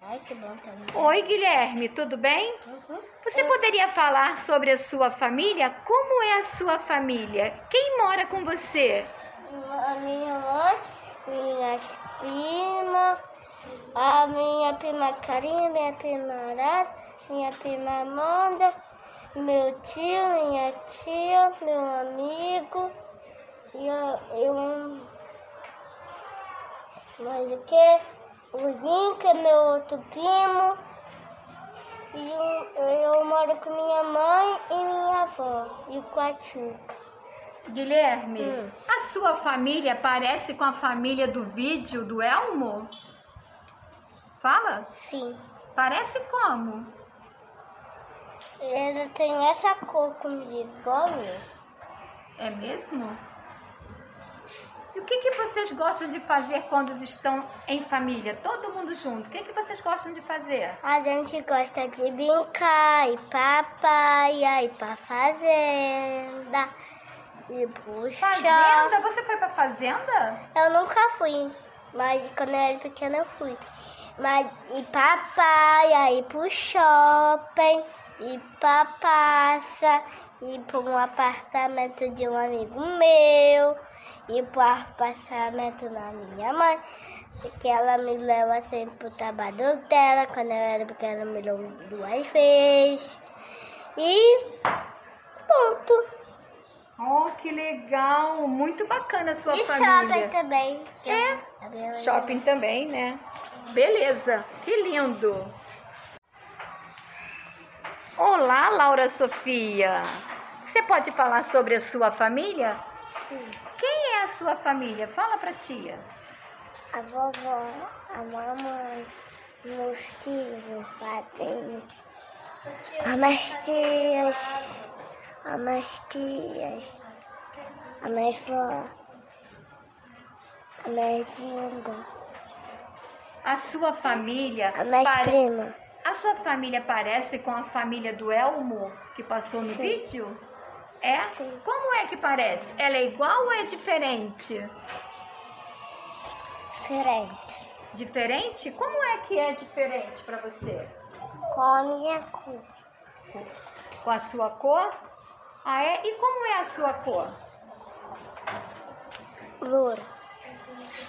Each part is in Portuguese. Ai, que bom também. Oi, Guilherme, tudo bem? Uhum. Você poderia falar sobre a sua família? Como é a sua família? Quem mora com você? A minha mãe, minhas primas, a minha prima Karina, minha prima Arara, minha prima Amanda, meu tio, minha tia, meu amigo e eu, eu mais o que? O Lin, que é meu outro primo. E eu, eu moro com minha mãe e minha avó e com a Tchuca. Guilherme, Hum. a sua família parece com a família do vídeo do Elmo? Fala. Sim. Parece como? Ele tem essa cor comigo, igual eu. É mesmo? E o que, que vocês gostam de fazer quando estão em família? Todo mundo junto. O que, que vocês gostam de fazer? A gente gosta de brincar, e papai, aí pra fazenda, e pro chão. Fazenda? Você foi pra fazenda? Eu nunca fui, mas quando eu era pequena eu fui. Mas, e papai, aí pro shopping, e pra praça, e pro um apartamento de um amigo meu, e pro apartamento da minha mãe, que ela me leva sempre pro trabalho dela, quando eu era pequena me levou duas vezes. E ponto. Oh, que legal! Muito bacana a sua e família. shopping também. que É. a minha mãe- Shopping também, né? Beleza, que lindo! Olá, Laura Sofia! Você pode falar sobre a sua família? Sim. Quem é a sua família? Fala pra tia. A vovó, a mamãe, meus tios, meu padrinho, as minhas tias, as minhas tias, a minha avó, a minha dinda, A sua família. a minha pare- prima. A sua família parece com a família do Elmo que passou no Sim. vídeo? É? Sim. Como é que parece? Ela é igual ou é diferente? Diferente. Diferente? Como é que é diferente pra você? Com a minha cor. Com a sua cor? Ah, é? E como é a sua cor? Loura,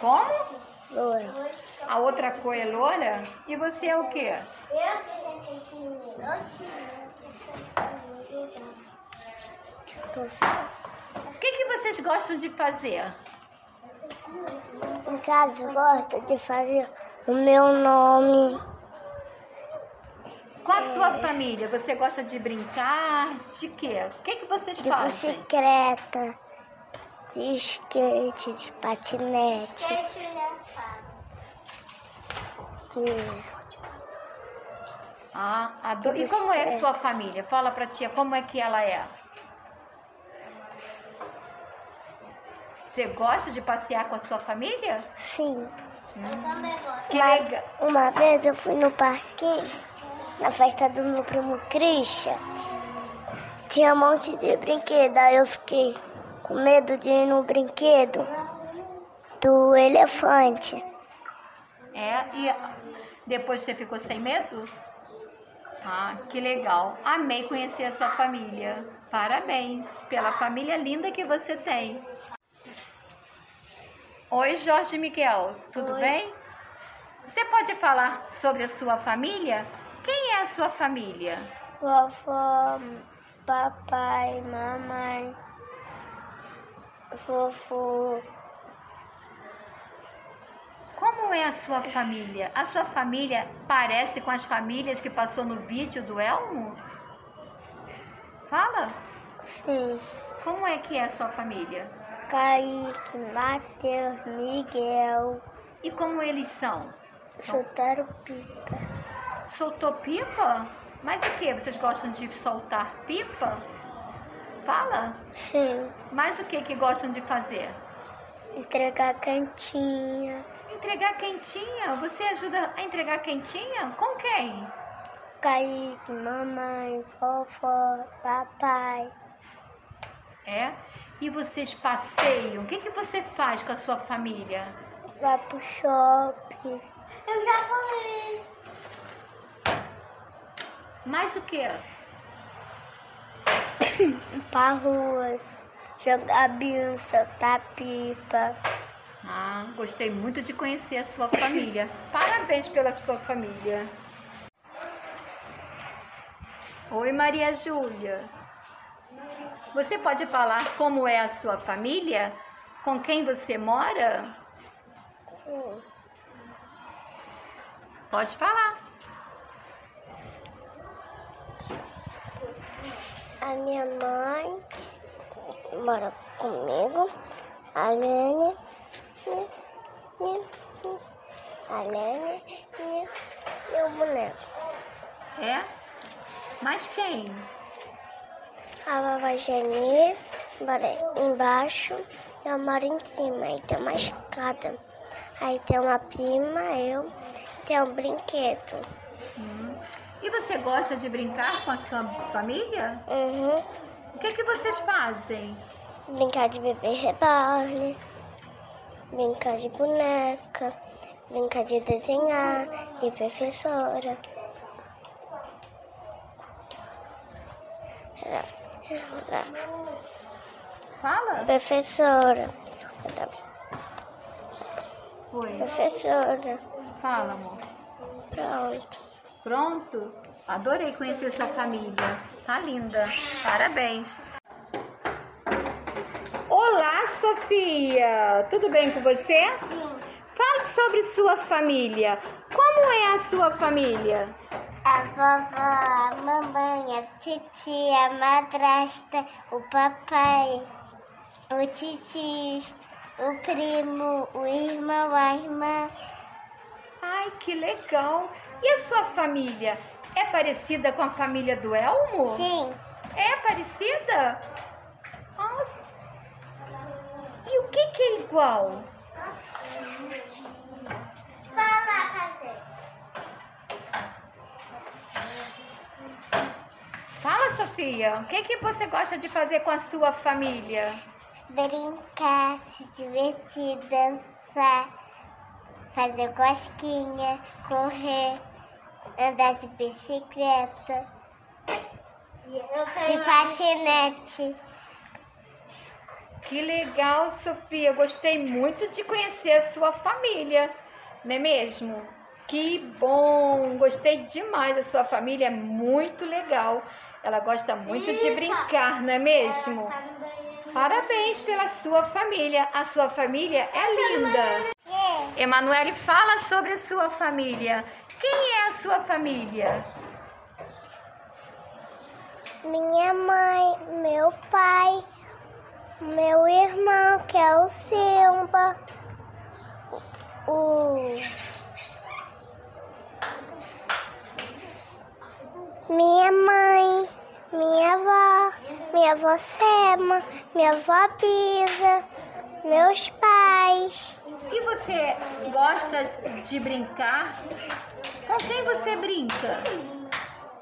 Como? loura. A outra cor é loura? E você é o quê? Eu que sentei primeiro. O que, que vocês gostam de fazer? Em casa eu gosto de fazer o meu nome. Com a sua família, você gosta de brincar? De quê? O que, que vocês de fazem? bicicleta, de skate, de patinete. De... Ah, adoro. de E como é a bicicleta. sua família? Fala pra tia como é que ela é. Você gosta de passear com a sua família? Sim. Que Mas- legal. Uma vez eu fui no parquinho, na festa do meu primo Christian. Tinha um monte de brinquedo, aí eu fiquei com medo de ir no brinquedo do elefante. É, e depois você ficou sem medo? Ah, que legal. Amei conhecer a sua família. Parabéns pela família linda que você tem. Oi, Jorge Miguel, tudo Oi. bem? Você pode falar sobre a sua família? Quem é a sua família? Vovó, papai, mamãe, vovô, Como é a sua família? A sua família parece com as famílias que passou no vídeo do Elmo? Fala, sim, como é que é a sua família? Kaique, Matheus, Miguel, E como eles são? soltaram pipa. Soltou pipa? Mas o que? Vocês gostam de soltar pipa? Fala. Sim, Mas o que que gostam de fazer? entregar cantinha, Entregar quentinha? Você ajuda a entregar quentinha? Com quem? Kaique, mamãe, vovó, papai. É. E vocês passeiam? O que que você faz com a sua família? Vai pro shopping. Eu já falei. Mais o quê? pra rua, jogar bicho, soltar pipa. Ah, gostei muito de conhecer a sua família. Parabéns pela sua família. Oi, Maria Júlia. Você pode falar como é a sua família? Com quem você mora? Pode falar. A minha mãe mora comigo, a Lene, né, né, né, a Lene e meu boneco. É? Mas quem? A vovó Jenny mora embaixo e eu moro em cima. Aí tem uma escada. Aí tem uma prima, eu, tem um brinquedo. E você gosta de brincar com a sua família? Uhum. O que, que vocês fazem? Brincar de bebê reborn, brincar de boneca, brincar de desenhar, de professora. Era- era Fala. Professora. Era Oi. Professora. Fala, amor. Pronto. Pronto? Adorei conhecer sua família. Tá linda. Parabéns. Olá, Sofia. Tudo bem com você? Sim. Fale sobre sua família. Como é a sua família? A vovó, a mamãe, a titia, a madrasta, o papai, o titio, o primo, o irmão, a irmã. Ai, que legal. E a sua família? É parecida com a família do Elmo? Sim, É parecida? Ah. E o que, que é igual? Fala, Sofia. O que, que você gosta de fazer com a sua família? brincar, se divertir, dançar, fazer cosquinha, correr, andar de bicicleta, de patinete. Que legal, Sofia. Gostei muito de conhecer a sua família, não é mesmo? Que bom! Gostei demais da sua família, é muito legal. Ela gosta muito de brincar, não é mesmo? tá Parabéns pela sua família. A sua família é linda. Emanuele, fala sobre a sua família. Quem é a sua família? Minha mãe, meu pai, meu irmão, que é o Simba, o. Minha mãe, minha avó, minha avó Sema, minha avó Bisa, meus pais, E você gosta de brincar? Com quem você brinca?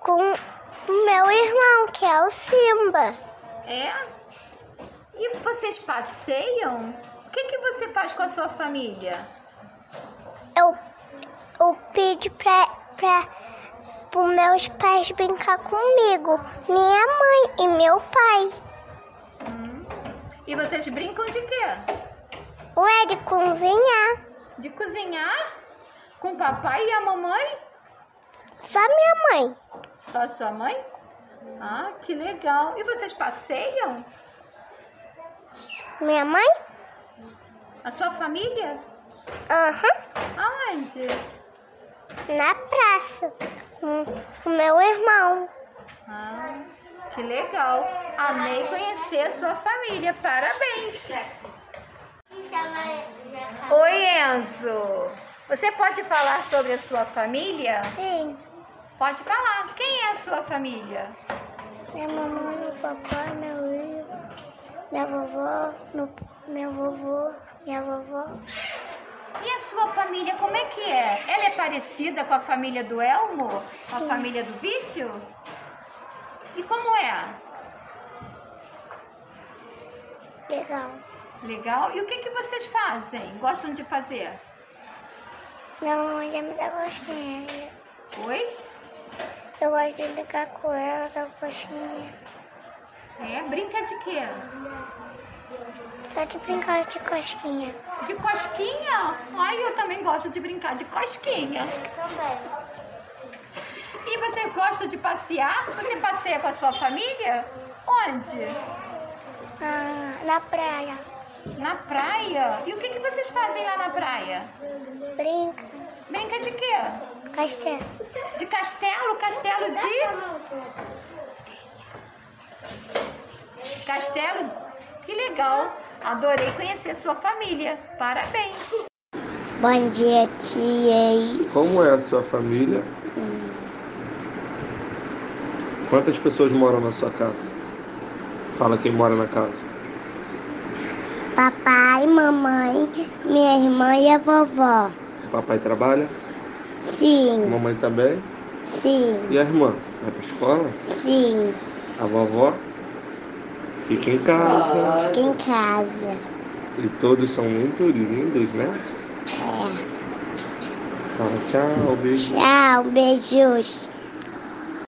com o meu irmão, que é o Simba. É? E vocês passeiam? O que, que você faz com a sua família? eu, eu pedi pra, pra, pros meus pais brincar comigo, minha mãe e meu pai. E vocês brincam de quê? Ué, de cozinhar. De cozinhar? Com o papai e a mamãe? Só minha mãe. Só a sua mãe? Ah, que legal. E vocês passeiam? Minha mãe? A sua família? Aham. Aonde? Na praça. Com o meu irmão. Ah, que legal. Amei conhecer a sua família. Parabéns. Oi, Enzo. Você pode falar sobre a sua família? Sim. Pode falar. Quem é a sua família? Minha mamãe, meu papai, meu tio, minha vovó, meu, meu vovô, minha vovó. E a sua família, como é que é? Ela é parecida com a família do Elmo? Com a Sim. família do vídeo? E como é? Legal. Legal. E o que, que vocês fazem? Gostam de fazer? Minha mamãe já me dá gostinho. Oi? Eu gosto de brincar com ela, dar coxinha. É, brinca de quê? Só de brincar de cosquinha. De cosquinha? Ai, eu também gosto de brincar de cosquinha. Também. E você gosta de passear? Você passeia com a sua família? Onde? Ah, na praia. Na praia? E o que, que vocês fazem lá na praia? Brinca. Brinca de quê? Castelo. De castelo? Castelo de. Castelo? Que legal! Adorei conhecer sua família. Parabéns! Bom dia, tias. Como é a sua família? Quantas pessoas moram na sua casa? Fala quem mora na casa. Papai, mamãe, minha irmã e a vovó. Papai trabalha, Sim, mamãe também. sim, E a irmã? Vai pra escola? sim. A vovó? Fica em casa. Fica em casa. E todos são muito lindos, né? É. Fala tchau, beijo. Tchau, beijos.